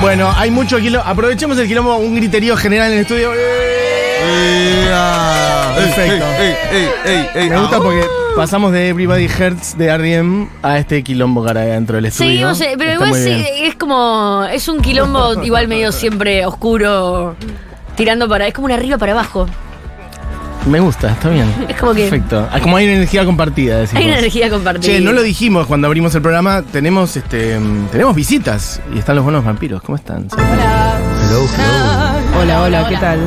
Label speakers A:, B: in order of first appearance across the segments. A: Bueno, hay mucho quilombo. Aprovechemos el quilombo, un griterío general en el estudio. Eh, Perfecto.
B: Ey, ey, ey, ey,
A: Me gusta
B: ah.
A: porque
C: Uh.
A: pasamos de Everybody Hurts de RDM a este quilombo cara dentro del estudio.
C: Seguimos, eh, pero
A: Está
C: igual
A: muy
C: sí,
A: bien.
C: es como. Es un quilombo igual medio siempre oscuro, tirando para. Es como un arriba para abajo.
A: Me gusta, está bien.
C: Es como que-
A: Perfecto. Ah, Como hay una energía compartida, decimos.
C: Hay una energía compartida.
A: Che, no lo dijimos cuando abrimos el programa, tenemos este mm, tenemos visitas y están los buenos vampiros. ¿Cómo están?
D: Hola, hola, ¿qué tal?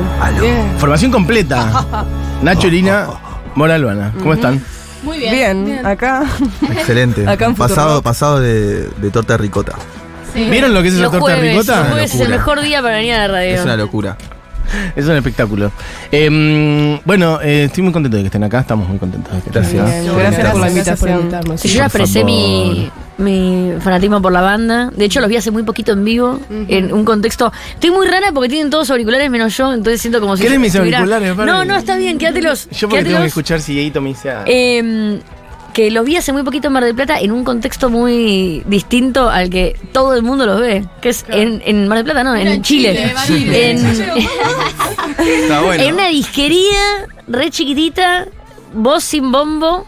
A: Formación completa. Nacho Irina, Mora Luana. ¿Cómo están?
E: Muy bien.
D: Bien, acá.
B: Excelente.
D: Acá en
B: pasado,
D: Futurock.
B: pasado de, de torta de ricota.
E: Sí.
A: ¿Vieron lo que es esa
C: Los
A: torta de
C: jueves, los
A: ricota?
C: jueves es el
B: Locura.
C: mejor día para venir a la radio.
B: Es una locura.
A: Es un espectáculo. Em, bueno, eh, estoy muy contento de que estén acá, estamos muy contentos de que estén
B: Gracias.
A: acá.
D: Bien, gracias por la
E: Gracias por
D: invitación.
E: invitarnos.
C: Sí, yo ya
A: Por
C: expresé
A: favor.
C: mi, mi fanatismo por la banda. De hecho, los vi hace muy poquito en vivo, en un contexto. Estoy muy rara porque tienen todos auriculares menos yo, entonces siento como si.
A: ¿Querés
C: yo
A: mis
C: estuviera-
A: auriculares, Barbie?
C: No, no, está bien, quédatelos.
A: Yo porque tengo que
C: quédatelos.
A: escuchar si Edito me dice. ah,
C: Eh, que los vi hace muy poquito en Mar del Plata en un contexto muy distinto al que todo el mundo los ve, que es en, en Mar del Plata, no,
E: Era
C: en Chile.
E: Chile.
C: En-
B: Está
C: En una disquería re chiquitita, voz sin bombo,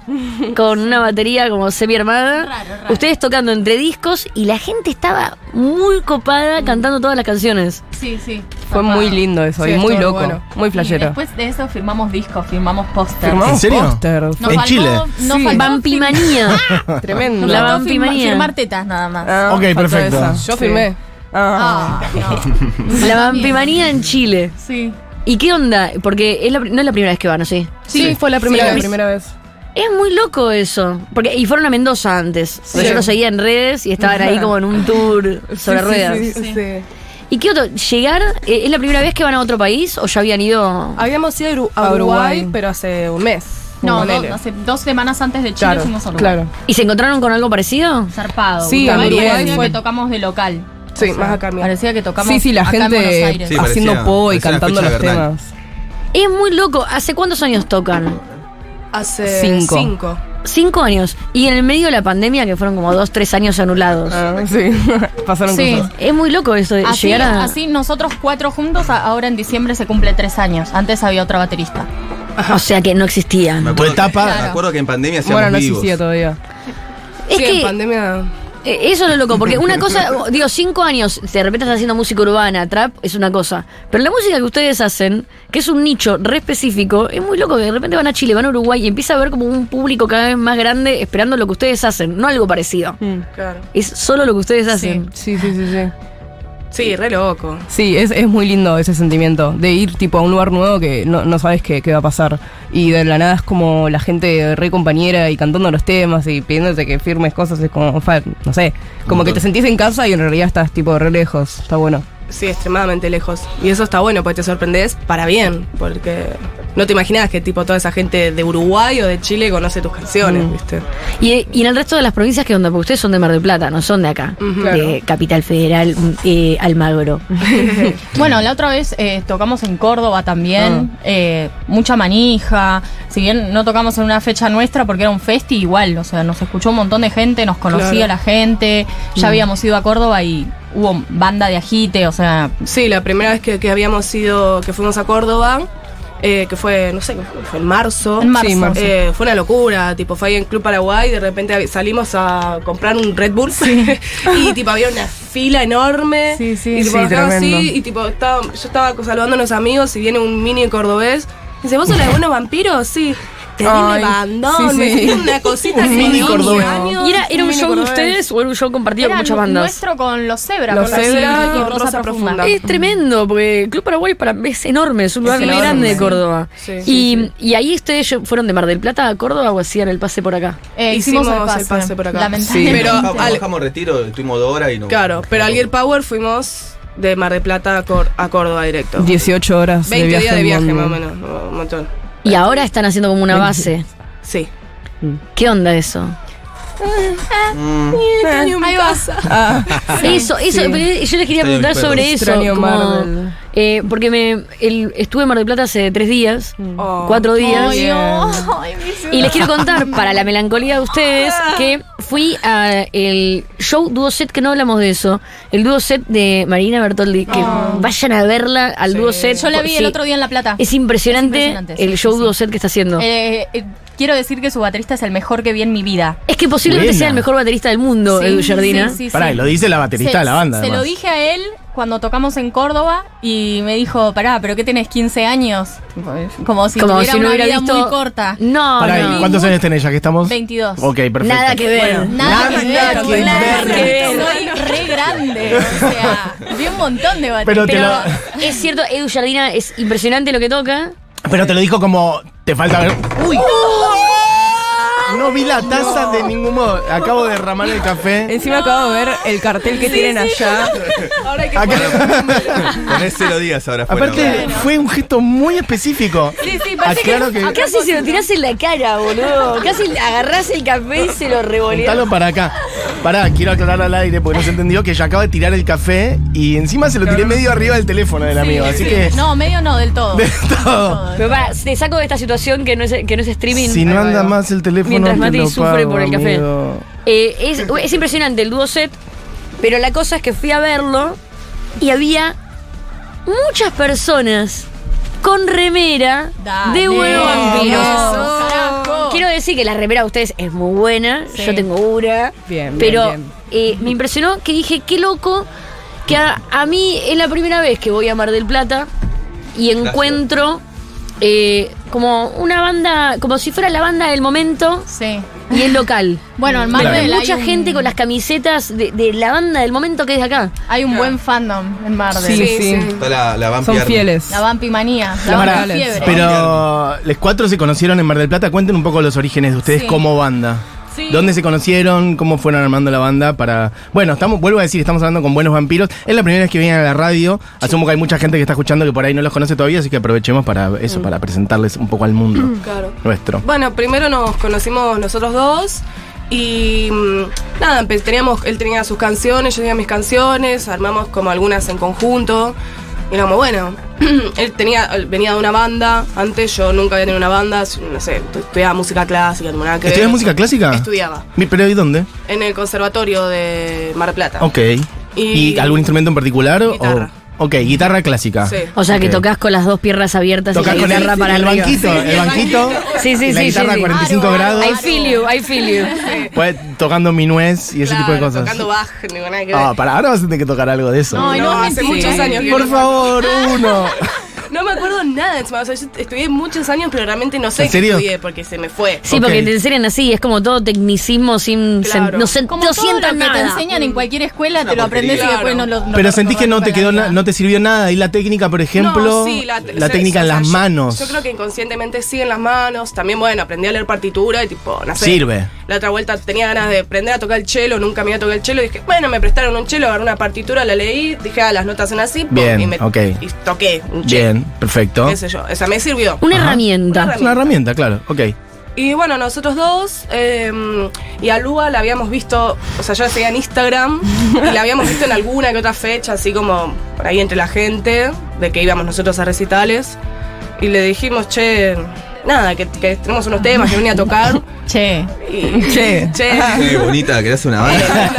C: con una batería como semi armada. Ustedes tocando entre discos y la gente estaba muy copada cantando todas las canciones.
E: Sí, sí.
D: Fue muy lindo eso,
E: Sí,
D: y muy
E: estuvo
D: loco,
E: bueno.
D: muy
E: Y
D: flashero. Oh,
E: después de eso firmamos discos, firmamos póster.
D: Firmamos
A: ¿En serio?
D: pósters,
E: Nos
A: En
E: faltó-
A: Chile.
E: Nos
D: Sí.
E: faltó firmar-
C: Vampimanía.
D: tremendo.
E: nos
C: La
E: faltó
C: vampi
E: firma-
C: manía.
E: firmar tetas nada más.
D: Ah,
A: Ok,
D: faltó
A: perfecto.
D: esa. Yo
E: Sí.
D: firmé. Ah.
E: Ah, no.
C: la vampimanía en Chile.
E: Sí.
C: ¿Y qué onda? Porque es la pri- no es la primera vez que van, ¿o sí?
D: Sí, fue la primera,
C: Sí,
D: la
C: sí.
D: primera vez.
C: Es muy loco eso. Porque, y fueron a Mendoza antes. Porque
D: Sí.
C: Yo lo seguía en redes y estaban ahí como en un tour sobre
D: Sí, sí,
C: ruedas.
D: sí,
E: Sí.
D: sí.
C: ¿Y qué otro? ¿Llegar? eh, ¿Es la primera vez que van a otro país o ya habían ido?
D: Habíamos ido a Uru- a
E: A Uruguay.
D: Uruguay, pero hace un mes.
E: No,
D: ponele.
E: dos, hace dos semanas antes de Chile
D: claro,
E: fuimos a Uruguay.
D: claro.
C: ¿Y se encontraron con algo parecido?
E: Zarpado.
D: Sí,
E: Uruguay
D: también.
E: parecía
D: Fue-
E: que tocamos de local.
D: Sí, más acá mira.
E: Parecía que tocamos
D: Sí, sí, la
E: acá en Buenos
D: gente
E: Aires.
B: Sí,
D: haciendo
B: parecía-
D: po y
B: parecía una
D: cantando
B: fecha
D: los
B: vernal.
D: temas.
C: Es muy loco. ¿Hace cuántos años tocan?
F: Hace
D: Cinco.
F: cinco.
C: Cinco años. Y en el medio de la pandemia, que fueron como dos, tres años anulados.
D: Ah, sí, pasaron
E: Sí.
D: cosas.
C: Es muy loco eso de
E: Así,
C: llegar a.
E: así nosotros cuatro juntos, a- ahora en diciembre se cumple tres años. Antes había otra baterista.
C: O sea que no existían.
B: Me
A: Tu
B: acuerdo,
A: etapa.
B: me acuerdo que en pandemia hacíamos
D: Bueno, no
B: vivos.
D: existía todavía.
C: Es
D: sí, en
C: que
D: pandemia.
C: eh, eso es lo loco, porque una cosa, oh, digo, cinco años, de repente estás haciendo música urbana, trap, es una cosa. Pero la música que ustedes hacen, que es un nicho re específico, es muy loco que de repente van a Chile, van a Uruguay y empieza a haber como un público cada vez más grande esperando lo que ustedes hacen, no algo parecido.
F: Claro.
C: Es solo lo que ustedes hacen.
D: Sí, sí, sí, sí.
F: Sí, re loco.
D: Sí, es, es muy lindo ese sentimiento de ir tipo a un lugar nuevo que no, no sabes qué, qué va a pasar. Y de la nada es como la gente re compañera y cantando los temas y pidiéndote que firmes cosas. Es como, fa, no sé, como que te sentís en casa y en realidad estás tipo re lejos. Está bueno.
F: Sí, extremadamente lejos. Y eso está bueno, porque te sorprendes para bien, porque no te imaginabas que tipo toda esa gente de Uruguay o de Chile conoce tus canciones,
D: Mm.
F: ¿viste?
C: Y, y en el resto de las provincias, ¿qué onda? Porque ustedes son de Mar del Plata, no son de acá.
F: Ujú.
C: De Capital Federal, mm, eh, Almagro.
E: Bueno, la otra vez eh, tocamos en Córdoba también,
F: Ah.
E: eh, mucha manija, si bien no tocamos en una fecha nuestra porque era un festi igual, o sea, nos escuchó un montón de gente, nos conocía
F: Claro. Mm.
E: la gente, ya habíamos ido a Córdoba y hubo banda de agite, o sea,
F: Sí, la primera vez que, que habíamos ido, que fuimos a Córdoba, eh, que fue, no sé, fue en marzo.
E: en marzo.
D: Sí, marzo.
F: Eh, fue una locura, tipo, fue ahí en Club Paraguay, de repente salimos a comprar un Red Bull y tipo había una fila enorme.
E: Sí, sí.
F: y, tipo,
D: Sí,
F: acá
D: tremendo.
F: así, y tipo, estaba- yo estaba saludando a unos amigos y viene un mini cordobés. y Dice, ¿vos sos la de buenos vampiros? Sí. Terrible
D: Ay,
F: bandón,
D: sí,
F: me
D: sí.
F: hiciste una cosita
D: Un
F: así,
D: mini
F: unos
D: cordobés.
F: años,
C: ¿Y era, era un
F: mini
C: show de
F: cordobés.
C: ustedes o era un show compartido
E: Era
C: con muchas
E: nu-
C: bandas?
E: nuestro con los Zebra,
F: Los
E: con
F: Zebra
E: Brasil y
F: con Rosa Profunda.
C: Es tremendo, porque Club Paraguay para es enorme, es un lugar
F: Es
C: muy
F: enorme,
C: grande de
F: sí.
C: Córdoba.
F: Sí,
C: y,
F: sí,
C: y ahí ustedes lle- fueron de Mar del Plata a Córdoba o hacían el pase por acá.
E: Eh,
F: Hicimos el pase por acá.
E: lamentablemente.
F: Sí, pero-
B: Bajamos,
F: Ale-
B: bajamos retiro, estuvimos dos horas y no.
F: Claro, pero al Gear Power fuimos de Mar de Plata a, Cor- a Córdoba directo.
D: 18 horas.
F: 20
D: de viaje
F: días de
D: en
F: viaje más
D: Bondi.
F: o menos, un montón.
C: Y ahora están haciendo como una base.
F: Sí.
C: ¿Qué onda eso?
F: Extraño mi casa.
D: Ah,
C: Eso, eso,
D: Sí.
C: pero yo les quería
B: Extraño
C: preguntar
B: mis perros.
C: sobre eso.
D: Extraño
C: como,
D: Marvel.
C: eh, porque me el- estuve en Mar del Plata hace tres días,
F: Oh.
C: cuatro días.
E: Ay,
D: Bien.
E: no. Ay, mi ciudad.
C: Y les quiero contar, para la melancolía de ustedes, que fui a el show dúo set, que no hablamos de eso, el dúo set de Marina Bertoldi, que vayan a verla al dúo set.
E: Ah. Yo la vi
C: Sí.
E: el otro día en La Plata.
C: Es impresionante,
E: Es impresionante,
C: el
E: sí,
C: show
E: sí,
C: dúo
E: sí.
C: set que está haciendo.
E: Eh, eh, quiero decir que su baterista es el mejor que vi en mi vida.
C: es que posiblemente
A: Buena.
C: sea el mejor baterista del mundo,
E: Sí,
C: Edu Jardina.
E: sí, sí, sí.
A: Pará, y lo dice la baterista
E: Se-
A: de la banda.
E: Se
A: además.
E: lo dije a él cuando tocamos en Córdoba y me dijo, pará, pero ¿qué tenés 15 años? Como si
C: Como
E: tuviera
C: si no
E: una
C: hubiera
E: vida
C: visto.
E: muy corta.
C: No,
A: Pará, ¿y
C: no.
A: ¿cuántos años tenés ya que estamos?
E: 22.
A: Ok, perfecto.
C: Nada que ver.
E: Nada, que ver,
A: Nada que
E: boludo.
A: ver.
E: Soy re grande. O sea, vi un montón de
A: Pero
E: baterías.
A: te
C: Pero
A: lo-
C: es cierto, Edu Jardina es impresionante lo que toca.
A: Pero te lo dijo como. Te falta ver. ¡Uy! No vi la taza de ningún modo. Acabo de derramar el café.
D: encima acabo de ver el cartel que tienen allá.
A: Acá-
B: Con ese lo digas ahora afuera.
A: Aparte,
B: boludo.
A: fue un gesto muy específico.
E: Sí, sí, parece que-
A: Aclaro que.
C: Casi se lo tirás en la cara, boludo. Casi agarrás el café y se lo revoleás.
A: Juntalo para acá. Pará, quiero aclarar al aire porque no se entendió que yo acabo de tirar el café y encima se lo tiré medio arriba del teléfono del amigo. Así que.
E: No, medio no, del todo.
A: De todo.
C: Pero para, te saco de esta situación que no es, que no es streaming.
A: Si no anda más el teléfono.
C: Mientras
A: te
C: Mati
A: lo
C: sufre
A: pago,
C: por el café.
A: amigo.
C: Eh, es, es impresionante el dúo set, pero la cosa es que fui a verlo y había muchas personas con remera
E: Dale.
C: de huevo vampiro.
E: Eso, carajo.
C: Quiero decir que la remera de ustedes es muy buena,
E: Sí.
C: yo tengo una.
D: Bien, bien,
C: Pero
D: bien.
C: eh, me impresionó que dije, qué loco, que a, a mí es la primera vez que voy a Mar del Plata y encuentro eh, como una banda, como si fuera la banda del momento
E: Sí.
C: y el local.
E: Bueno, en
C: Hay
E: Marvel hay
C: mucha
E: un-
C: gente con las camisetas de, de la banda del momento que es de acá.
E: Hay un buen fandom en Marvel.
D: Sí, sí.
B: Está la, la Vampi
D: Son
B: Army.
D: fieles.
E: La vampimanía, la
D: Cámara,
E: vampi
D: Alex.
E: fiebre.
A: Pero los cuatro se conocieron en Mar del Plata. Cuenten un poco los orígenes de ustedes
E: Sí.
A: como banda.
E: Sí.
A: ¿Dónde se conocieron? ¿Cómo fueron armando la banda para...? Bueno, estamos, vuelvo a decir, estamos hablando con buenos vampiros. Es la primera vez que vienen a la radio. Asumo que hay mucha gente que está escuchando que por ahí no los conoce todavía, así que aprovechemos para
C: Mm.
A: eso, para presentarles un poco al mundo
F: Claro.
A: nuestro.
F: Bueno, primero nos conocimos nosotros dos y mm, nada, empe- teníamos, él tenía sus canciones, yo tenía mis canciones, armamos como algunas en conjunto. Y éramos, bueno, él tenía, él venía de una banda, antes yo nunca había tenido una banda, no sé, tu- estudiaba música clásica, no nada que ver.
A: ¿Estudias música Ah. clásica?
F: Estudiaba,
A: Mi- ¿Pero y dónde?
F: en el conservatorio de Mar del Plata.
A: Ok. ¿Y,
F: Y-
A: algún instrumento en particular? o-
F: Guitarra.
A: Ok, guitarra clásica.
F: Sí.
C: O sea,
A: Ok.
C: que tocas con las dos piernas abiertas
A: Tocás
C: y la
A: con el,
C: guitarra para
A: el
C: arriba.
A: banquito, el banquito.
C: Sí, sí,
A: y la
C: sí,
A: guitarra
C: sí, sí.
A: a 45
E: Aro, aro,
A: grados.
C: I feel you, I feel you.
A: Pues, tocando mi nuez y ese tipo de
F: Claro,
A: cosas.
F: Tocando Bach, no nada que ver.
A: Ah, para ahora vas a tener que tocar algo de eso.
E: No, Ay, no,
F: hace
E: mentí.
F: muchos años que
A: Por
F: no-
A: favor, uno.
F: No me acuerdo nada, encima, o sea, yo estudié muchos años, pero realmente no sé
A: ¿En
F: qué
A: serio?
F: estudié porque se me fue.
C: Sí,
A: Ok.
C: porque te enseñan así, es como todo tecnicismo sin...
F: Claro.
C: sen- no sen-
E: Como
C: no
E: todo lo
C: sientan
E: que te
C: nada.
E: enseñan en cualquier escuela,
B: una
E: te lo aprendes y
F: porquería.
E: después no
F: Claro.
E: lo no
A: Pero
E: lo
A: sentís que no te
E: retomás
A: quedó
E: para
A: na-
E: la
A: no te sirvió nada y la técnica, por ejemplo,
F: No, sí, la, te- se-
A: técnica
F: o
A: en
F: sea,
A: las
F: yo-
A: manos.
F: Yo, creo que inconscientemente sí en las manos. También, bueno, aprendí a leer partitura y tipo, no sé.
A: Sirve.
F: La otra vuelta tenía ganas de aprender a tocar el chelo, nunca me había tocado el chelo. Dije, bueno, me prestaron un chelo, agarré una partitura, la leí, dije, ah, las notas son así, pum,
A: Bien,
F: y me
A: ok.
F: y toqué un chelo.
A: Bien, perfecto.
F: Qué sé yo. O sea, me sirvió.
C: Una herramienta.
F: Una
A: Es una herramienta, claro. Ok.
F: Y bueno, nosotros dos eh, y a Lua la habíamos visto, o sea, yo la seguía en Instagram y la habíamos visto en alguna que otra fecha, así como por ahí entre la gente, de que íbamos nosotros a recitales. Y le dijimos, che, nada, que, que tenemos unos temas que venía a tocar.
E: Che,
F: Y,
D: Che.
B: Eh, bonita, ¿querés una banda?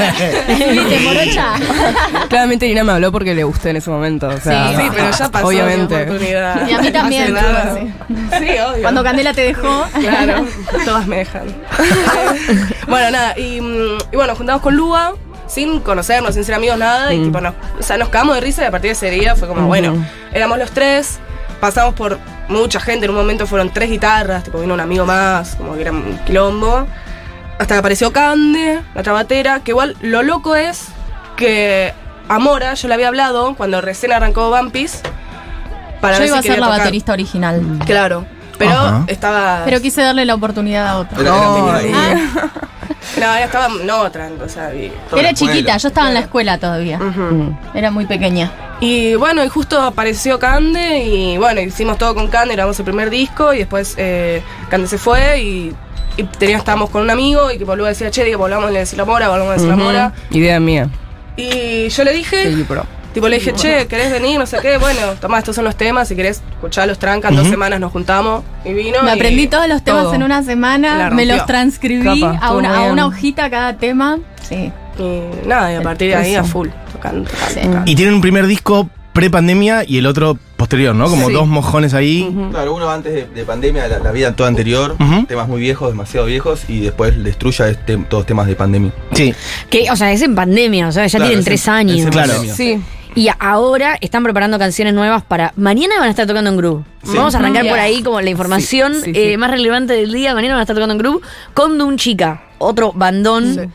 E: ¿viste, morocha?
D: Claramente Irina me habló porque le gustó en ese momento. O sea,
F: Sí, pero ya pasó mi
D: Obviamente.
F: oportunidad.
E: Y a mí también,
F: Hace nada.
E: sí.
F: Sí, obvio.
E: Cuando Candela te dejó.
F: Claro, todas me dejan. bueno, nada, y, mm, y bueno, juntamos con Lua, sin conocernos, sin ser amigos, nada,
E: Mm.
F: y tipo, nos, o sea, nos cagamos de risa y a partir de ese día fue como, bueno, éramos los tres, pasamos por mucha gente, en un momento fueron tres guitarras, tipo, vino un amigo más, como que era un quilombo, hasta que apareció Cande, la otra batera, que igual lo loco es que a Mora yo le había hablado cuando recién arrancó Vampis, para
E: Yo
F: ver
E: iba
F: si
E: a ser
F: quería
E: la
F: tocar.
E: baterista original.
F: Claro. Pero
A: Ajá.
F: estaba.
E: Pero quise darle la oportunidad a otra.
B: Era- era
D: No,
E: eh.
B: pequeña.
E: Ah,
F: No, ya estaba en otra, o sea, y,
B: Todo
E: Era
B: el pueblo.
E: chiquita, yo estaba en la escuela todavía. Era muy pequeña.
F: y bueno, y justo apareció Cande y bueno, hicimos todo con Cande, grabamos el primer disco y después eh, Cande se fue y, y tenía, estábamos con un amigo y tipo Luba decía, che, que volvamos a decir la mora, volvamos a decir la mora.
D: Idea mía.
F: Y yo le dije,
D: Sí, pero-
F: tipo le dije, che, ¿querés venir? No sé qué, bueno, tomá, estos son los temas, si querés escucharlos, trancan, dos semanas nos juntamos y vino.
E: Me
F: y-
E: aprendí todos los temas
D: todo.
E: en una
F: La
E: semana, me
F: rompió.
E: los transcribí
D: Capa,
E: a,
D: todo
E: una,
D: muy
E: a
D: bien.
E: una hojita cada tema. Sí.
F: Y nada, y a partir de ahí a
C: Eso.
F: full, tocando. tocando,
E: Sí.
F: tocando.
A: Y tienen un primer disco pre-pandemia y el otro posterior, ¿no? Como
D: Sí.
A: dos mojones ahí.
B: Claro, uno antes de, de pandemia, la, la vida toda anterior,
A: Ujú.
B: temas muy viejos, demasiado viejos, y después destruya este, todos temas de pandemia.
A: Sí.
C: Que, o sea, es en pandemia, o sea, ya
B: Claro,
C: tienen
B: es en-
C: tres
B: es
C: años.
B: en
A: Claro.
B: pandemia.
D: Sí.
C: Y a- ahora están preparando canciones nuevas para. Mañana van a estar tocando en Groove.
B: Sí.
C: Vamos a arrancar
E: Mm,
C: por
E: yeah.
C: ahí como la información
D: Sí, sí, sí.
C: eh, más relevante del día. Mañana van a estar tocando en Groove con Dun Chica, otro bandón.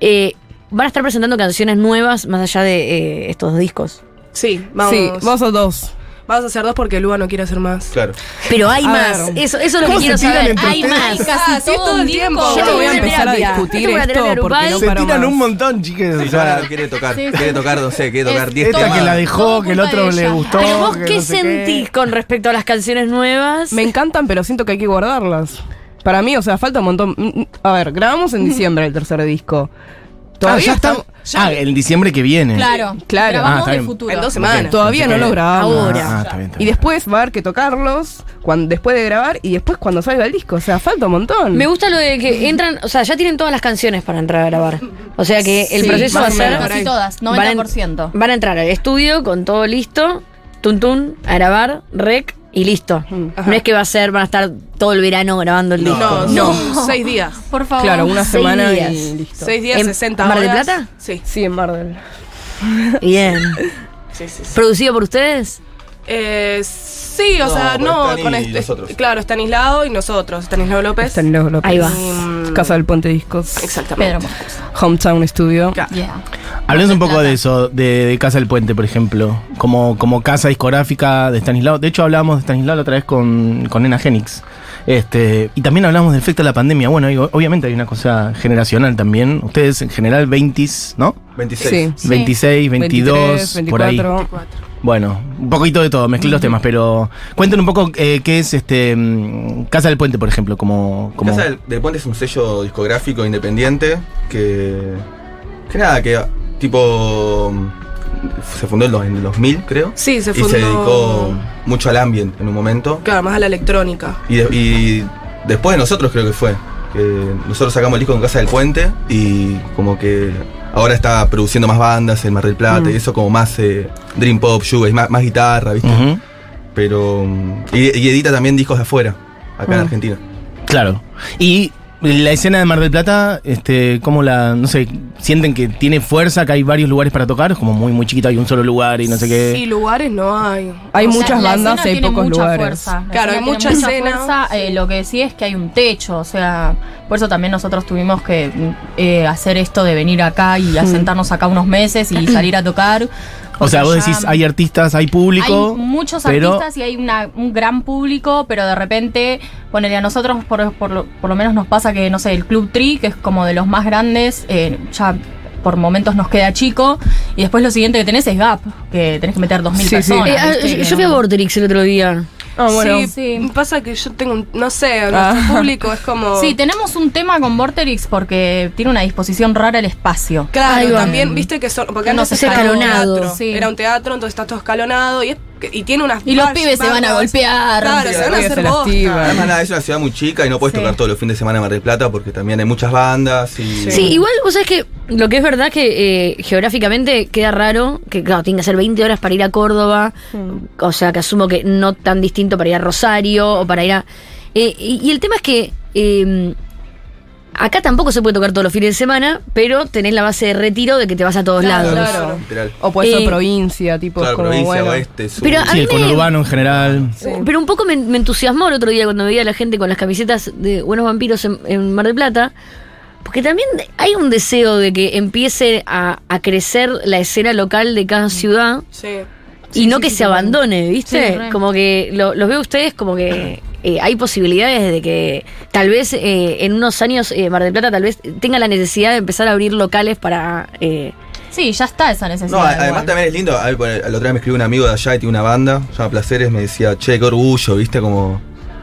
C: Eh, van a estar presentando canciones nuevas más allá de eh, estos discos.
F: Sí, vamos.
D: Sí, vos o dos.
F: Vamos a hacer dos porque Luba no quiere hacer más.
B: Claro.
C: Pero hay
D: A
C: más.
D: ver.
C: Eso, eso es lo que
A: ¿Cómo
C: quiero
A: se tiran
C: saber.
A: entre
C: Hay
A: ustedes?
C: más.
E: Casi
F: Ah, todo el tiempo.
D: Ah, Yo
F: Yo
D: voy
F: voy
D: a
F: a
D: empezar a
C: terapia.
D: discutir
C: Yo voy a
D: esto
C: terapia
D: porque
C: grupal.
D: no
A: Se
D: paro
A: tiran
D: más.
A: un montón, chiques. o
B: Sí,
A: sea,
B: no, no quiere tocar,
E: Sí, sí.
B: quiere tocar, no sé, quiere tocar
E: Es
B: 10
E: todo
A: esta
B: temas.
A: que la dejó,
E: Todo
A: que el
E: culpa
A: otro
E: de
A: le
E: ella.
A: gustó.
C: Pero vos
A: que
C: qué
A: no sé
C: sentís con respecto a las canciones nuevas.
D: Me encantan, pero siento que hay que guardarlas. Para mí, o sea, falta un montón. Mm, mm, A ver, grabamos en diciembre el tercer disco.
A: Ah,
D: Todavía
A: ya está. Ah, en diciembre que viene.
E: Claro,
D: Claro.
A: Ah,
E: Grabamos
A: está
E: de
A: bien.
E: futuro.
F: En dos
A: Bueno,
F: semanas.
D: Todavía no lo grabamos.
A: Ah,
C: Ahora.
A: está bien, está
D: Y
A: bien.
D: después va a haber que tocarlos cuan- después de grabar y después cuando salga el disco. O sea, falta un montón.
C: Me gusta lo de que entran, o sea, ya tienen todas las canciones para entrar a grabar. O sea que el
D: Sí,
C: proceso va
D: más
C: a
D: o
C: ser.
D: menos,
E: Casi todas,
C: Van a en-
E: 90%.
C: Van a entrar al estudio con todo listo, tun tun, a grabar, rec y listo. No es que va a ser, van a estar todo el verano grabando el disco.
F: No,
C: No.
F: son seis días.
E: Por favor.
D: Claro, una
C: Seis
D: semana
C: días.
D: y listo.
F: Seis días,
C: ¿En
F: 60
C: Mar
F: horas.
C: del Plata?
F: Sí,
D: Sí, en Mardel.
C: Bien.
F: sí, sí. sí.
C: ¿Producido por ustedes?
F: Eh, sí, o
B: No,
F: sea,
B: por
F: no.
B: Stan y
F: con este-
B: nosotros.
F: Claro, Estanislao y nosotros. Estanislao López.
D: Estanislao López.
C: Ahí va.
F: Mm.
D: Casa del Puente Discos.
E: Pedro
F: Exactamente.
E: Moscoso.
D: Hometown Studio.
F: Claro.
E: Yeah.
A: Hablemos un
E: Mar del
A: poco
E: Plata.
A: de eso, de, de Casa del Puente, por ejemplo, como, como casa discográfica de Stanislao. De hecho, hablábamos de Stanislao la otra vez con, con Nena Genix. Este, y también hablamos del efecto de la pandemia. Bueno, digo, obviamente hay una cosa generacional también. Ustedes en general 20, ¿no?
B: 26.
D: Sí.
E: Sí.
A: 26, 22,
D: 23,
A: por ahí.
D: 24.
A: Bueno, un poquito de todo, mezclé los temas, pero cuenten un poco eh, qué es este mm, Casa del Puente, por ejemplo, como... como
B: Casa del, del Puente es un sello discográfico independiente que. que nada, que tipo. se fundó en los- en el 2000, creo.
F: Sí, se
B: y
F: fundó.
B: se dedicó mucho al ambiente en un momento.
F: Claro, más a la electrónica.
B: Y, de- y después de nosotros, creo que fue. Que nosotros sacamos el disco con Casa del Puente y como que. Ahora está produciendo más bandas en Mar del Plata y eso como más eh, Dream Pop, shoegaze, más, más guitarra, ¿viste?
A: Ujú.
B: Pero. mm, Y, y edita también discos de afuera, acá en Argentina.
A: Claro. Y la escena de Mar del Plata, este, ¿cómo la, no sé, sienten que tiene fuerza, que hay varios lugares para tocar? Es como muy, muy chiquita, hay un solo lugar y no sé qué.
F: Sí, lugares no hay.
D: Hay
E: O sea,
D: muchas
E: la
D: bandas
E: escena
D: y hay
E: tiene
D: pocos
E: mucha
D: lugares.
E: fuerza. La
F: Claro, hay
E: tiene
F: mucha escena.
E: fuerza, eh, lo que sí es que hay un techo, o sea, por eso también nosotros tuvimos que eh, hacer esto de venir acá y asentarnos acá unos meses y salir a tocar.
A: o sea, vos
E: porque ya
A: decís, hay artistas, hay público.
E: Hay muchos
A: pero-
E: artistas y hay una- un gran público, pero de repente, ponele a nosotros, por, por lo, por lo menos nos pasa que, no sé, el Club Tri, que es como de los más grandes, eh, ya por momentos nos queda chico, y después lo siguiente que tenés es Gap, que tenés que meter 2.000
D: Sí, sí.
E: personas.
C: Eh, ah,
E: ¿viste?
C: yo,
E: Que
C: yo fui a
E: no-
C: Vorterix el otro día.
D: Ah, bueno.
F: sí,
E: sí.
F: Mm, pasa que yo tengo, un- no sé, nuestro
D: Ah.
F: público es como...
E: Sí, tenemos un tema con Vorterix porque tiene una disposición rara el espacio.
C: Ahí
F: Claro,
C: va.
F: también, viste que son. Porque
E: No
F: antes
E: sé,
F: era un
C: escalonado,
F: teatro.
E: sí.
F: Era un teatro, entonces está todo escalonado y, es- y tiene unas.
E: Y los
F: barras-
E: pibes se van a
F: barras.
E: golpear.
F: Claro, se van a
D: Pibes se
F: hacer bosta.
D: lastiman.
B: Además, nada, es una ciudad muy chica y no puedes
E: Sí.
B: tocar todos los fines de semana en Mar del Plata porque también hay muchas bandas y.
C: Sí, igual vos sabés que lo que es verdad que eh, geográficamente queda raro, que claro, tiene que hacer 20 horas para ir a Córdoba,
F: Mm.
C: o sea que asumo que no tan distinto para ir a Rosario o para ir a... eh, y, y el tema es que eh, acá tampoco se puede tocar todos los fines de semana, pero tenés la base de retiro de que te vas a todos
F: Claro,
C: lados.
F: claro.
B: Literal.
D: O puede
C: Eh,
D: ser provincia, tipo,
B: Claro,
D: Pues como
B: provincia,
D: bueno.
B: oeste, sur.
C: Pero- a
A: Sí,
C: mí
A: el
C: me-
A: conurbano en general.
C: Pero un poco me, me entusiasmó el otro día cuando veía a la gente con las camisetas de Buenos Vampiros en, en Mar del Plata. Porque también hay un deseo de que empiece a, a crecer la escena local de cada ciudad
F: Sí.
C: y no que se abandone, ¿viste?
E: Sí, re.
C: como que lo- los veo a ustedes como que eh, hay posibilidades de que tal vez eh, en unos años eh, Mar del Plata tal vez tenga la necesidad de empezar a abrir locales para... eh,
E: Sí, ya está esa necesidad.
B: No, a- además
E: igual.
B: también es lindo. A ver, por- la otra vez me escribió un amigo de allá y tiene una banda, se llama Placeres, me decía, che, qué orgullo, viste, como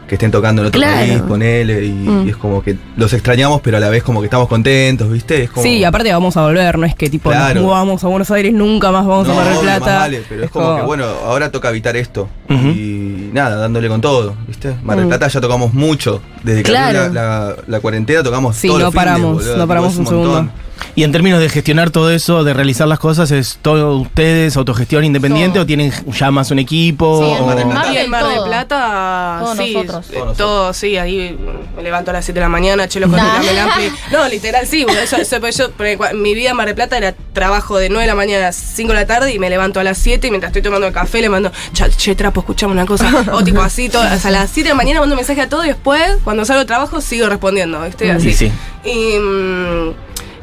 B: que estén tocando en otro
C: Claro.
B: país, ponele, y,
D: Mm.
B: y es como que los extrañamos, pero a la vez como que estamos contentos, ¿viste? Es como,
D: Sí, y aparte vamos a volver, no es que tipo
B: Claro.
D: nos vamos a Buenos Aires, nunca más vamos a
B: No,
D: Mar del
B: obvio,
D: Plata.
B: más vale, pero es, como, que bueno, ahora toca evitar esto. Y nada, dándole con todo, ¿viste? Mar
D: Mm.
B: del Plata ya tocamos mucho. Desde que
C: Claro.
B: abrió la, la- la cuarentena tocamos
D: Sí,
B: todos
D: no
B: los fines,
D: paramos,
B: boludo,
D: no paramos
B: es
D: un segundo.
B: montón.
A: Y en términos de gestionar todo eso, de realizar las cosas, ¿es todo ustedes, autogestión independiente,
E: Todo.
A: o tienen ya más un equipo?
E: Sí,
A: o-
E: Mar del Plata.
F: Y en Ah, Mar del
E: Todo.
F: Plata,
E: Todos
F: sí,
E: nosotros.
F: eh,
B: Todos nosotros.
F: todo, sí, ahí me levanto a las 7 de la mañana, chelo con
E: Nah.
F: el Melampi. No, literal, sí, boludo, yo, yo- yo- porque cua- mi vida en Mar del Plata era trabajo de 9 de la mañana a 5 de la tarde y me levanto a las 7 y mientras estoy tomando el café le mando, "Cha- che, trapo, escuchame una cosa, o tipo así, todo, o sea, a las 7 de la mañana mando mensaje a todo y después, cuando salgo de trabajo, sigo respondiendo, ¿viste? Así.
A: Y Mm, sí.
F: Y, mm,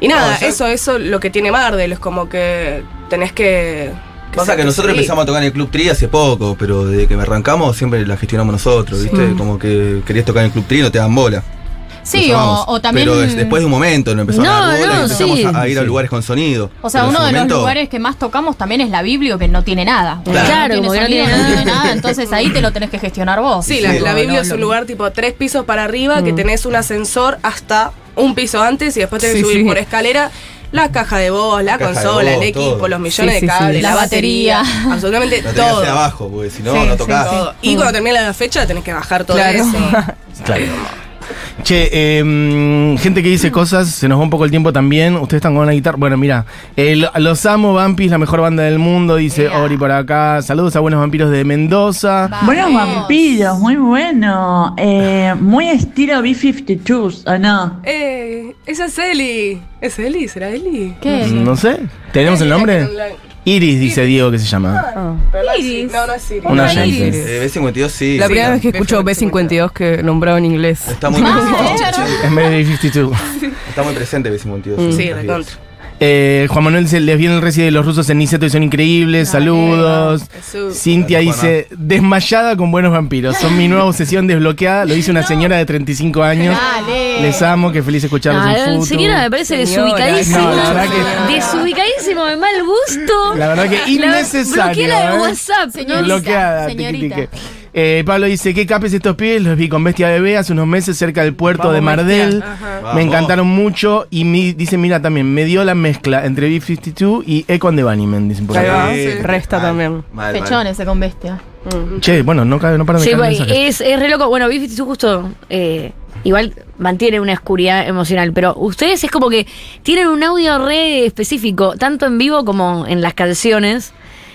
F: y nada,
B: No, yo-
F: eso, eso lo que tiene Mardel, es como que tenés que...
B: Pasa que nosotros
F: empezamos
B: empezamos a tocar en el Club Tri hace poco, pero desde que arrancamos siempre la gestionamos nosotros, ¿viste? Como que querías tocar en el Club Tri y no te dan bola.
E: Mm. Sí,
B: Nos
E: o,
B: amamos.
E: o también.
B: Pero es- después de un momento nos empezaron a
C: No,
B: dar bola
C: no,
B: y empezamos
C: sí.
B: a, a ir a
A: Sí.
B: lugares con sonido.
E: O sea,
B: Pero en
E: uno
B: su
E: de
B: momento-
E: los lugares que más tocamos también es la Biblio, que no tiene nada.
B: Claro.
C: Claro,
E: no
C: como que
E: tiene
C: no tiene
E: sonido, no
C: nada.
E: tiene nada. Entonces ahí te lo tenés que gestionar vos.
F: Sí, la,
B: Sí.
F: la
E: No,
F: Biblia
E: no,
F: es
E: no.
F: un lugar tipo tres pisos para arriba que tenés un ascensor hasta un piso antes y después tenés que
D: Sí,
F: subir
D: sí.
F: por escalera. La caja de voz, la,
B: caja de
F: consola,
B: voz,
F: el equipo,
B: todo.
F: los millones
D: Sí, sí,
F: de
D: sí.
F: cables,
E: La
F: la batería,
E: batería.
F: absolutamente
B: La tenías
F: todo.
B: hacia abajo, porque si no,
E: Sí,
B: no
E: sí,
B: tocás. Eh,
E: sí.
F: Todo. Y cuando termina la fecha tenés que bajar todo
D: Claro.
F: eso.
A: Claro. Che, eh, gente que dice cosas, se nos va un poco el tiempo también. Ustedes están con una guitarra. Bueno, mira, el- los amo, Vampis, la mejor banda del mundo, dice
E: Ea.
A: Ori por acá. Saludos a buenos vampiros de Mendoza.
E: Vamos.
G: Buenos vampiros, muy bueno. Eh, muy estilo B-52s, ¿o no?
F: Eh, esa es Eli. ¿Es Eli? ¿Será Eli?
E: ¿Qué?
A: Mm, No sé, ¿tenemos el nombre? Iris, dice Diego, que se llama.
F: Iris. No, no es Iris.
A: Una
E: Hola,
A: oyente.
E: Iris.
B: Eh, B52 sí.
D: La
B: sí,
D: primera vez que
F: B
D: escucho B52 que nombrado en inglés.
B: Está muy
E: Ah,
B: presente.
E: claro.
A: Es Mary 52.
B: Está muy presente B52.
D: Mm.
F: Sí,
B: Así es.
F: recontra.
A: Eh, Juan Manuel se les viene el recibe de los rusos en Niceto y son increíbles. Saludos.
F: Jesús.
A: Cintia
B: Hola,
A: dice, desmayada con buenos vampiros. Son mi nueva obsesión desbloqueada. Lo dice una señora de 35 años.
E: Dale.
A: Les amo, qué feliz escucharlos
C: Ah,
A: en
C: la
A: futuro.
C: señora me parece
D: Señora,
C: desubicadísima.
A: no, la verdad que-
C: Desubicadísimo, de mal gusto.
A: La verdad que innecesario,
C: Bloqueé la de
A: ¿eh?
C: WhatsApp.
E: Señorita.
C: ¿no?
A: Bloqueada,
E: señorita.
A: tiqui, tiqui. Eh, Pablo dice, qué capes estos pies, los vi con Bestia Bebé hace unos meses cerca del puerto
D: Vamos,
A: de Mardel.
D: Bestia.
B: Ajá.
A: Me encantaron mucho y mi- dice, mira también, me dio la mezcla entre B52 y Echo and the Bunnymen, dicen por
D: Ahí
A: acá.
D: va.
B: Sí.
D: Resta
B: eh, Mal,
D: también.
B: mal, mal.
E: Pechones se con bestia.
A: Che, bueno, no, cabe- no paran de
C: Sí,
A: caer
C: pues,
A: mensajes.
C: es, es re loco. Bueno, Biffy tú justo eh, igual mantiene una oscuridad emocional, pero ustedes es como que tienen un audio re específico, tanto en vivo como en las canciones.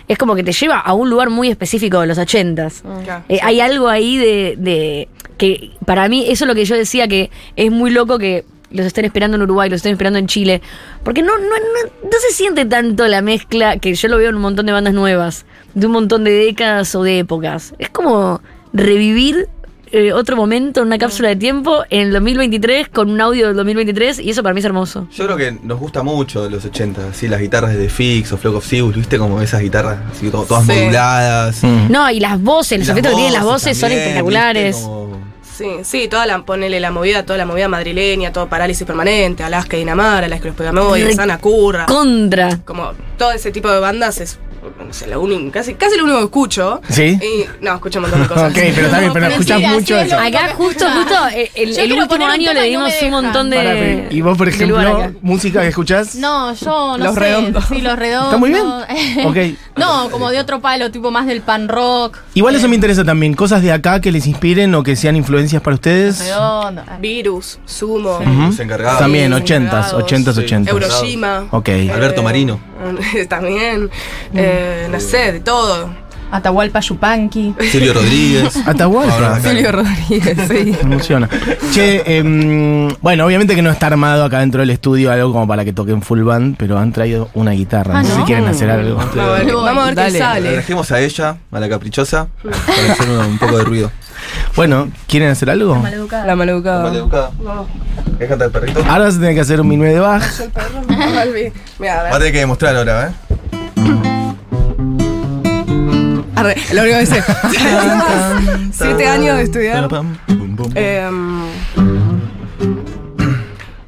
C: Es como que te lleva a un lugar muy específico de los ochentas.
F: Claro.
C: Eh, hay algo ahí de, de- que para mí eso es lo que yo decía que es muy loco que los estén esperando en Uruguay, los estén esperando en Chile, porque no, no, no, no se siente tanto la mezcla que yo lo veo en un montón de bandas nuevas, de un montón de décadas o de épocas. Es como revivir eh, otro momento, una cápsula de tiempo en el 2023 con un audio del 2023 y eso para mí es hermoso.
B: Yo creo que nos gusta mucho de los 80, así las guitarras de Fix o Flock of Seals, viste como esas guitarras así to- todas
F: Sí.
B: moduladas.
A: Mm.
C: No, y las voces,
B: Y
C: los
B: las
C: efectos que tienen las voces
B: voces
C: son
B: también,
C: espectaculares.
B: viste, como-
F: Sí, sí, toda la, ponele la movida, toda la movida madrileña, todo parálisis permanente, Alaska y Dinamarca, Alaska y los Pegamoides,
C: Re-
F: Ana Curra,
C: Contra.
F: como todo ese tipo de bandas es, no sé, lo único, casi, casi lo único que escucho.
A: ¿Sí?
F: Y, no, escucho un montón de cosas.
A: Ok, pero está bien, pero
E: Mentira,
A: escuchás
E: sí,
A: mucho
E: es
A: eso.
E: lo-
C: Acá justo, justo, eh, el,
E: Yo
C: el
E: quiero
C: último
E: poner un
C: año le
E: tema y no
C: dimos
E: me
C: un montón
E: dejan.
C: de...
A: Pará, y vos, por
C: de Eh, lugar
A: ejemplo,
C: acá.
A: música que escuchás.
E: No, yo no
D: Los
E: sé.
D: redondos.
E: Sí, los redondos.
A: Está muy bien. Ok.
E: no, como de otro palo, tipo más del pan rock.
A: Igual eso me interesa también, cosas de acá que les inspiren o que sean influencias para ustedes.
E: Redondo. Ah,
F: Virus, Sumo,
B: Los encargados.
A: También,
F: Sí,
A: ochentas,
F: encargados.
A: ochentas,
B: Sí.
A: ochentas.
B: Euro-
F: Euroshima. eh,
A: Ok.
B: Alberto Marino.
F: También, eh, no sé, de todo.
E: Atahualpa Yupanqui.
B: Silvio Rodríguez. Ahora
A: Atahualpa.
B: acá.
D: Silvio Rodríguez, sí.
A: Me emociona. Che, em, bueno, obviamente que no está armado acá dentro del estudio algo como para que toquen full band, pero han traído una guitarra.
E: Ah,
A: no sé si
E: ¿no?
A: quieren hacer algo.
B: Ah,
F: Vamos a ver, vamos a ver
D: Dale.
F: qué
B: La
F: sale.
B: trajimos a ella, a la caprichosa, para hacer un, un poco de ruido.
A: Bueno, ¿quieren hacer algo?
D: La
F: Ah.
D: maleducada.
B: educada. Déjate al perrito. Va
A: Ahora se tiene que hacer un minué de Bach.
F: Mira, a ver.
B: a tener que demostrar ahora, ¿eh?
D: Arre, lo único que sé.
F: Siete años de estudiar.
B: Bum, bum.
F: Em,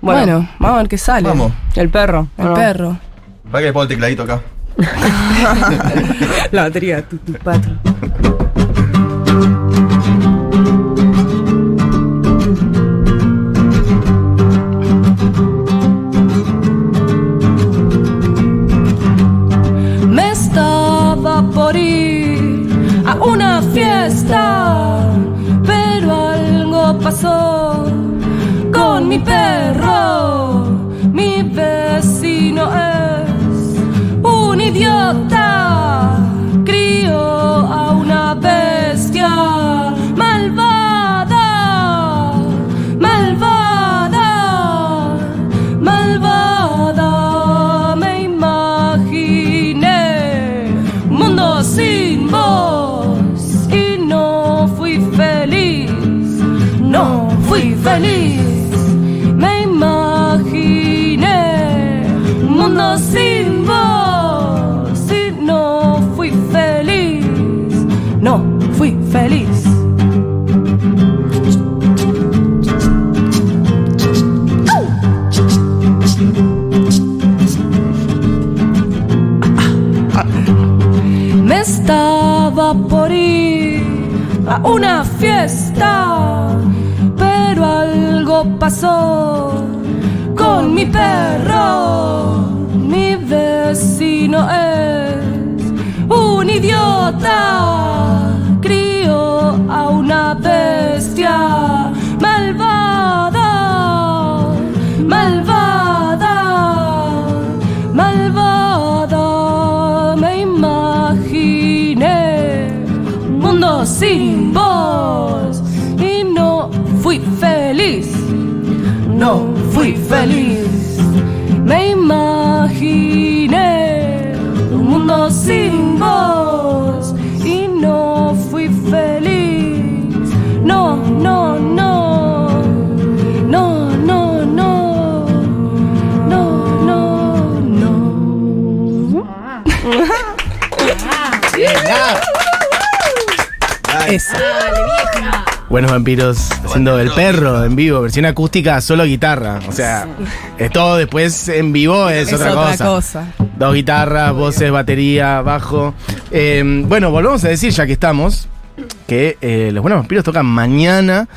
D: Bueno, vamos a ver qué sale.
B: Vamos.
D: El perro. El perro.
B: Para que le pongo el tecladito acá.
D: La batería. tu, tu, pa, tu.
F: feliz. Me imaginé un mundo sin vos. Si no fui feliz, no fui feliz. Me estaba por ir a una fiesta, pero algo pasó con mi perro. Mi vecino es un idiota, crió a una bestia malvada, malvada, malvada. Me imaginé un mundo sin voz y no fui feliz. No fui feliz. Me imaginé un mundo sin voz y no fui feliz. No, no, no. No, no, no. No, no, no.
D: Eso.
A: Buenos vampiros haciendo el perro en vivo, versión acústica, solo guitarra. O sea, es todo después en vivo es,
D: Es
A: otra,
D: otra
A: cosa.
D: cosa.
A: Dos guitarras, voces, batería, bajo. Eh, bueno, volvemos a decir, ya que estamos, que eh, los buenos vampiros tocan mañana,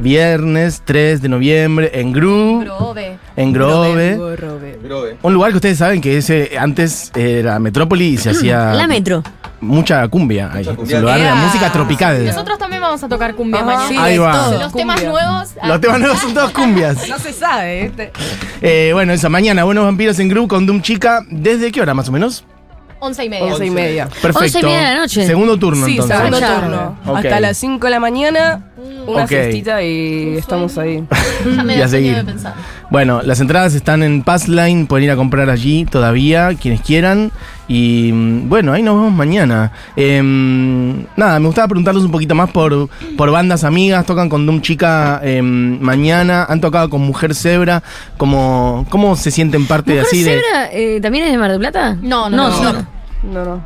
A: viernes 3 de noviembre, en Gru,
E: Probe.
A: en Grove. Un lugar que ustedes saben que ese antes eh, era metrópoli y se hacía
C: La metro.
A: mucha cumbia ahí.
B: cumbia.
A: Es un lugar de la
C: Ah,
A: música tropical.
E: Nosotros también vamos a tocar
F: Ah,
E: cumbia mañana.
D: sí,
A: Ahí
D: es
A: va.
D: todo.
E: Los temas nuevos. ah,
A: Los temas nuevos son todas cumbias.
D: No se sabe. este.
A: Eh, bueno, esa mañana, Buenos Vampiros en Gru con Doom Chica. ¿Desde qué hora más o menos?
E: Once y media.
D: Once y media.
A: Perfecto.
C: Once y media de la noche.
A: Segundo turno,
H: Sí,
A: entonces.
H: segundo
C: Vaya.
H: turno.
A: Ok.
D: Hasta las 5 de la mañana, una
A: Ok.
D: fiestita y estamos ahí.
E: Ya me
A: Y a
E: da sueño de
A: seguir.
E: pensar.
A: Bueno, las entradas están en Passline, pueden ir a comprar allí todavía, quienes quieran. Y mm, bueno, ahí nos vemos mañana. Em, nada, me gustaba preguntarles un poquito más por, por bandas amigas. Tocan con Doom Chica em, mañana, han tocado con Mujer Zebra. ¿Cómo, cómo se sienten parte de
C: ¿Mujer
A: así? De,
C: Zebra eh, también es de Mar del Plata?
E: No, no, no.
C: sí.
D: No, no.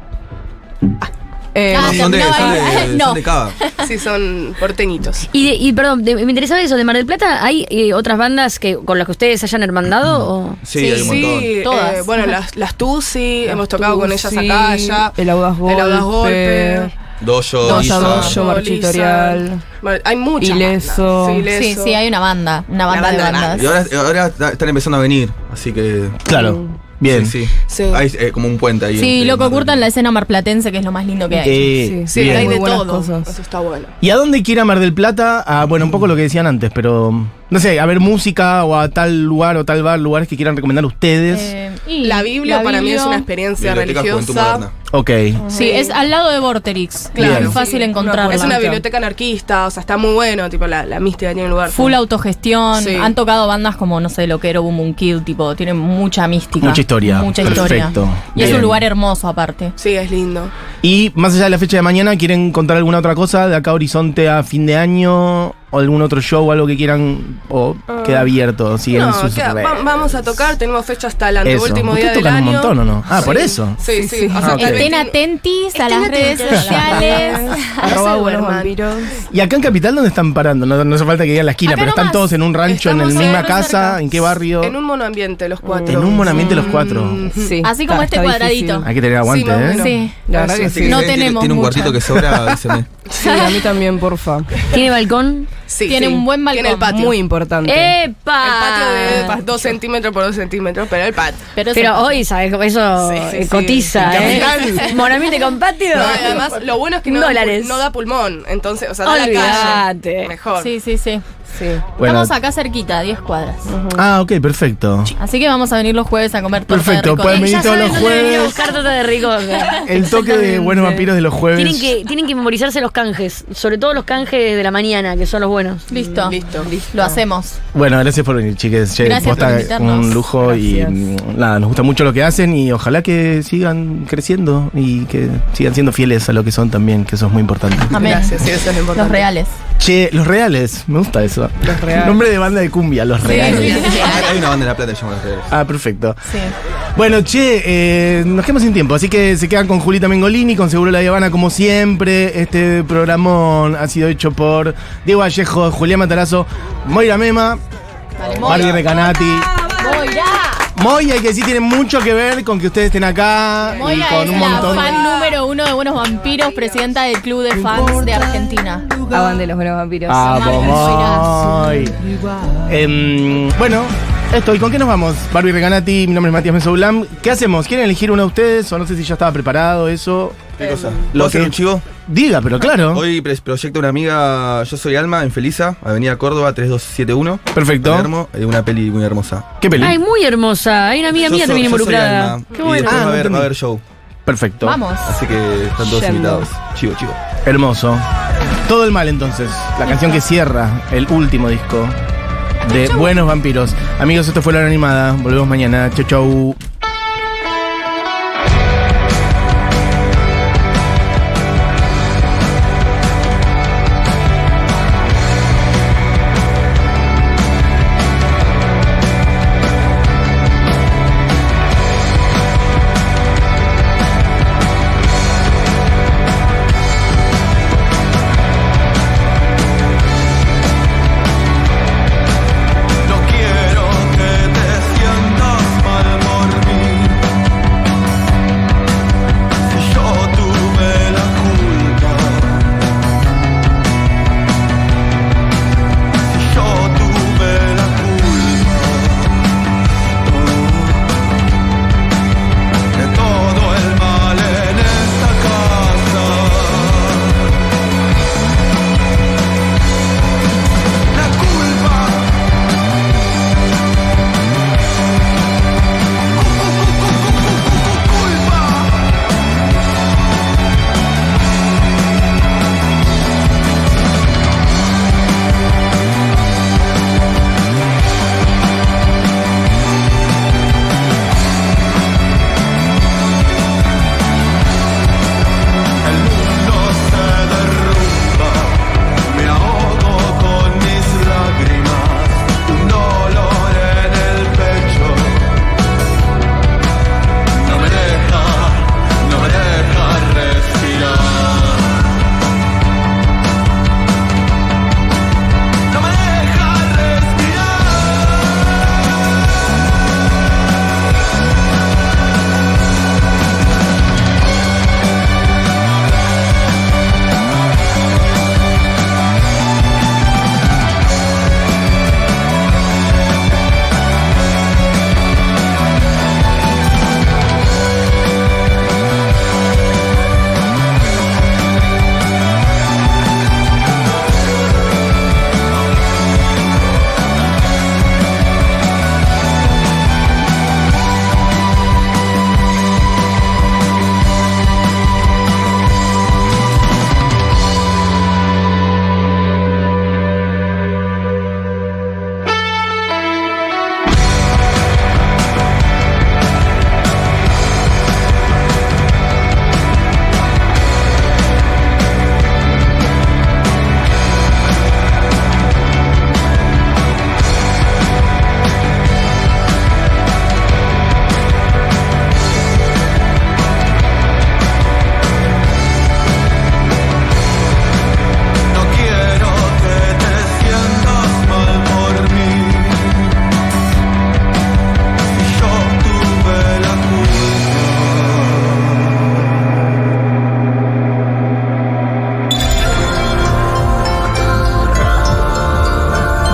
D: Eh,
E: Ah,
B: No, son de,
E: no,
B: son de-
E: ahí-
B: son
E: no.
B: de cava.
H: Sí, son porteñitos.
C: Y, de- y perdón, de- me interesaba eso, de Mar del Plata, ¿hay eh, otras bandas que con las que ustedes hayan hermandado? o?
B: Sí, hay un montón.
H: sí,
E: Todas.
H: eh, bueno, las, las Tusi, hemos tocado con ellas
D: Tusi,
H: acá, allá.
D: El Audaz Golpe.
H: El Audaz Golpe.
B: Dojo,
D: Dojo,
B: Isa.
D: Dojo. Marchitorial.
H: Lizard. Bueno, hay muchas.
D: Ileso.
H: bandas.
E: Sí,
H: Ileso.
E: sí, hay una banda. Una banda,
H: banda
E: de bandas.
B: Y ahora, ahora está- están empezando a venir, así que.
H: Mm.
A: claro, bien.
B: Sí, sí.
H: Sí.
B: Hay eh, como un puente ahí.
E: Sí,
B: entre
E: loco
B: Mar del-
E: curtan la escena marplatense, que es lo más lindo que hay.
A: Eh,
H: Sí,
A: bien.
H: hay
D: Muy
H: de
D: buenas
H: todo.
D: cosas.
H: Eso está bueno.
A: ¿Y a dónde quiere Mar del Plata? Ah, bueno, un poco lo que decían antes, pero mm, no sé, a ver música o a tal lugar o tal bar, lugares que quieran recomendar ustedes.
E: Eh, y
H: La Biblia para mí es una experiencia
B: Biblioteca Juventud
H: religiosa.
B: Moderna.
A: ok.
E: Sí, es al lado de Vorterix.
A: Claro.
E: Claro. Es fácil
H: Sí,
E: encontrarla.
H: Es una biblioteca anarquista, o sea, está muy bueno, tipo la, la mística tiene lugar.
E: Full autogestión.
H: Sí.
E: Han tocado bandas como, no sé, Loquero, Boom Boom Kid, tipo, tienen mucha mística.
A: Mucha historia.
E: Mucha
A: Perfecto.
E: historia. Y es
A: Bien.
E: un lugar hermoso aparte.
H: Sí, es lindo.
A: Y más allá de la fecha de mañana, ¿quieren contar alguna otra cosa de acá a Horizonte a fin de año? ¿O algún otro show o algo que quieran? ¿O queda abierto? Siguen
H: Ah. No,
A: sus
H: queda-
A: redes.
H: va- vamos a tocar, tenemos fecha hasta el
A: Eso.
H: anteúltimo día
A: ¿Ustedes
H: del
A: tocan
H: año.
A: un montón o no? Ah, por eso.
H: Sí, sí. o sea,
A: Ah, ok.
H: el
A: Estén
H: 21
E: atentis a las redes sociales.
D: Arroba buenos
H: duerman.
D: vampiros.
A: ¿Y acá en Capital dónde están parando? No, no hace falta que digan la esquina,
E: Acá
A: pero están
E: nomás.
A: todos en un rancho, en
H: Estamos
A: la misma
H: cerca,
A: casa,
H: cerca.
A: ¿en qué barrio?
H: En un monoambiente los cuatro. Mm,
A: En un monambiente los cuatro.
D: Sí.
E: Así como este cuadradito.
A: Hay que tener aguante,
H: más o
A: ¿eh?
H: menos.
E: Sí.
D: La verdad que
B: Así
D: sí.
B: que
E: No
B: si alguien
E: tenemos
B: Tiene un
E: mucha.
B: cuartito que sobra, eh. avíseme.
D: Sí, a mí también, porfa.
C: ¿Tiene balcón?
H: Sí,
E: Tiene
H: sí.
E: un buen balcón. Ah.
H: Tiene el patio.
D: Muy importante.
H: El patio
C: ¡Epa!
H: de 2 centímetros por 2 centímetros, pero el patio.
E: Pero, es-
C: Pero hoy, ¿sabes? cómo Eso
H: Sí, sí,
C: eh,
H: sí.
C: cotiza, ¿eh? Moralmente con patio.
H: No, y además, lo bueno es que no, da,
C: Dólares.
H: pul- no da pulmón. Entonces, o sea, da la calle.
C: Olvídate.
H: Mejor.
E: Sí, sí, sí.
D: Sí.
A: Bueno.
E: Estamos acá cerquita, a 10 cuadras.
A: Ah, ok, perfecto.
E: Así que vamos a venir los jueves a comer torta
A: Perfecto,
E: de
A: pueden venir
C: Ya
E: ricota.
A: todos
C: saben
A: los
C: dónde venir a
A: jueves.
C: buscar torta de ricota.
A: El toque de buenos vampiros de los jueves.
C: Tienen que, tienen que memorizarse los canjes, sobre todo los canjes de la mañana, que son los buenos.
E: Listo.
F: Listo.
E: Lo hacemos.
A: Bueno, gracias por venir, chiques. Che,
E: Gracias por
A: posta,
E: invitarnos.
A: un lujo
D: Gracias.
A: y mm, nada, nos gusta mucho lo que hacen y ojalá que sigan creciendo y que sigan siendo fieles a lo que son también, que eso es muy importante.
E: Amén.
F: Gracias, sí, eso es lo importante.
E: Los reales.
A: Che, los reales, me gusta eso.
D: Los Reales.
A: Nombre de banda de cumbia, los reales.
B: Hay hay una banda en La Plata que se llama Los Reales.
A: Ah, perfecto.
E: Sí.
A: Bueno, che, eh, nos quedamos sin tiempo, así que se quedan con Julita Mengolini, con Seguro La Habana, como siempre. Este programón ha sido hecho por Diego Vallejo, Julián Matarazo, Moira Mema, Barbie Recanati.
E: Moira.
A: Moya, que sí tiene mucho que ver con que ustedes estén acá
E: Moira
A: y con
E: es
A: un
E: la
A: montón.
E: fan número uno de Buenos Vampiros, presidenta del Club de Fans de Argentina.
D: Aguante los buenos vampiros.
A: Vamos, Moy. Em, bueno, esto, ¿y con qué nos vamos? Barbie Reganati, mi nombre es Matías Mesoulam. ¿Qué hacemos? ¿Quieren elegir uno de ustedes? O no sé si ya estaba preparado eso.
B: ¿Qué cosa?
A: lo
B: ¿Lo hacer
A: que-
B: un chivo?
A: Diga, pero claro.
B: Hoy pre- proyecta una amiga, yo soy Alma, en Felisa, Avenida Córdoba 3271.
A: Perfecto.
B: Palermo, eh, una peli muy hermosa.
A: ¿Qué peli?
C: Ay, muy hermosa. Hay una amiga
B: Yo
C: mía
B: so-
C: también
B: yo soy
C: involucrada.
B: Alma,
C: Qué
B: Y
C: bueno.
B: después
A: Ah,
B: va, a
A: no
B: haber, va a
A: entendí.
B: haber show.
A: Perfecto.
E: Vamos.
B: Así que están todos
D: Yendo.
B: invitados. Chivo, chivo.
A: Hermoso. Todo el mal entonces. La canción que cierra el último disco de Buenos Vampiros. Amigos, esto fue la hora animada. Volvemos mañana. Chau, chau.
B: Oh.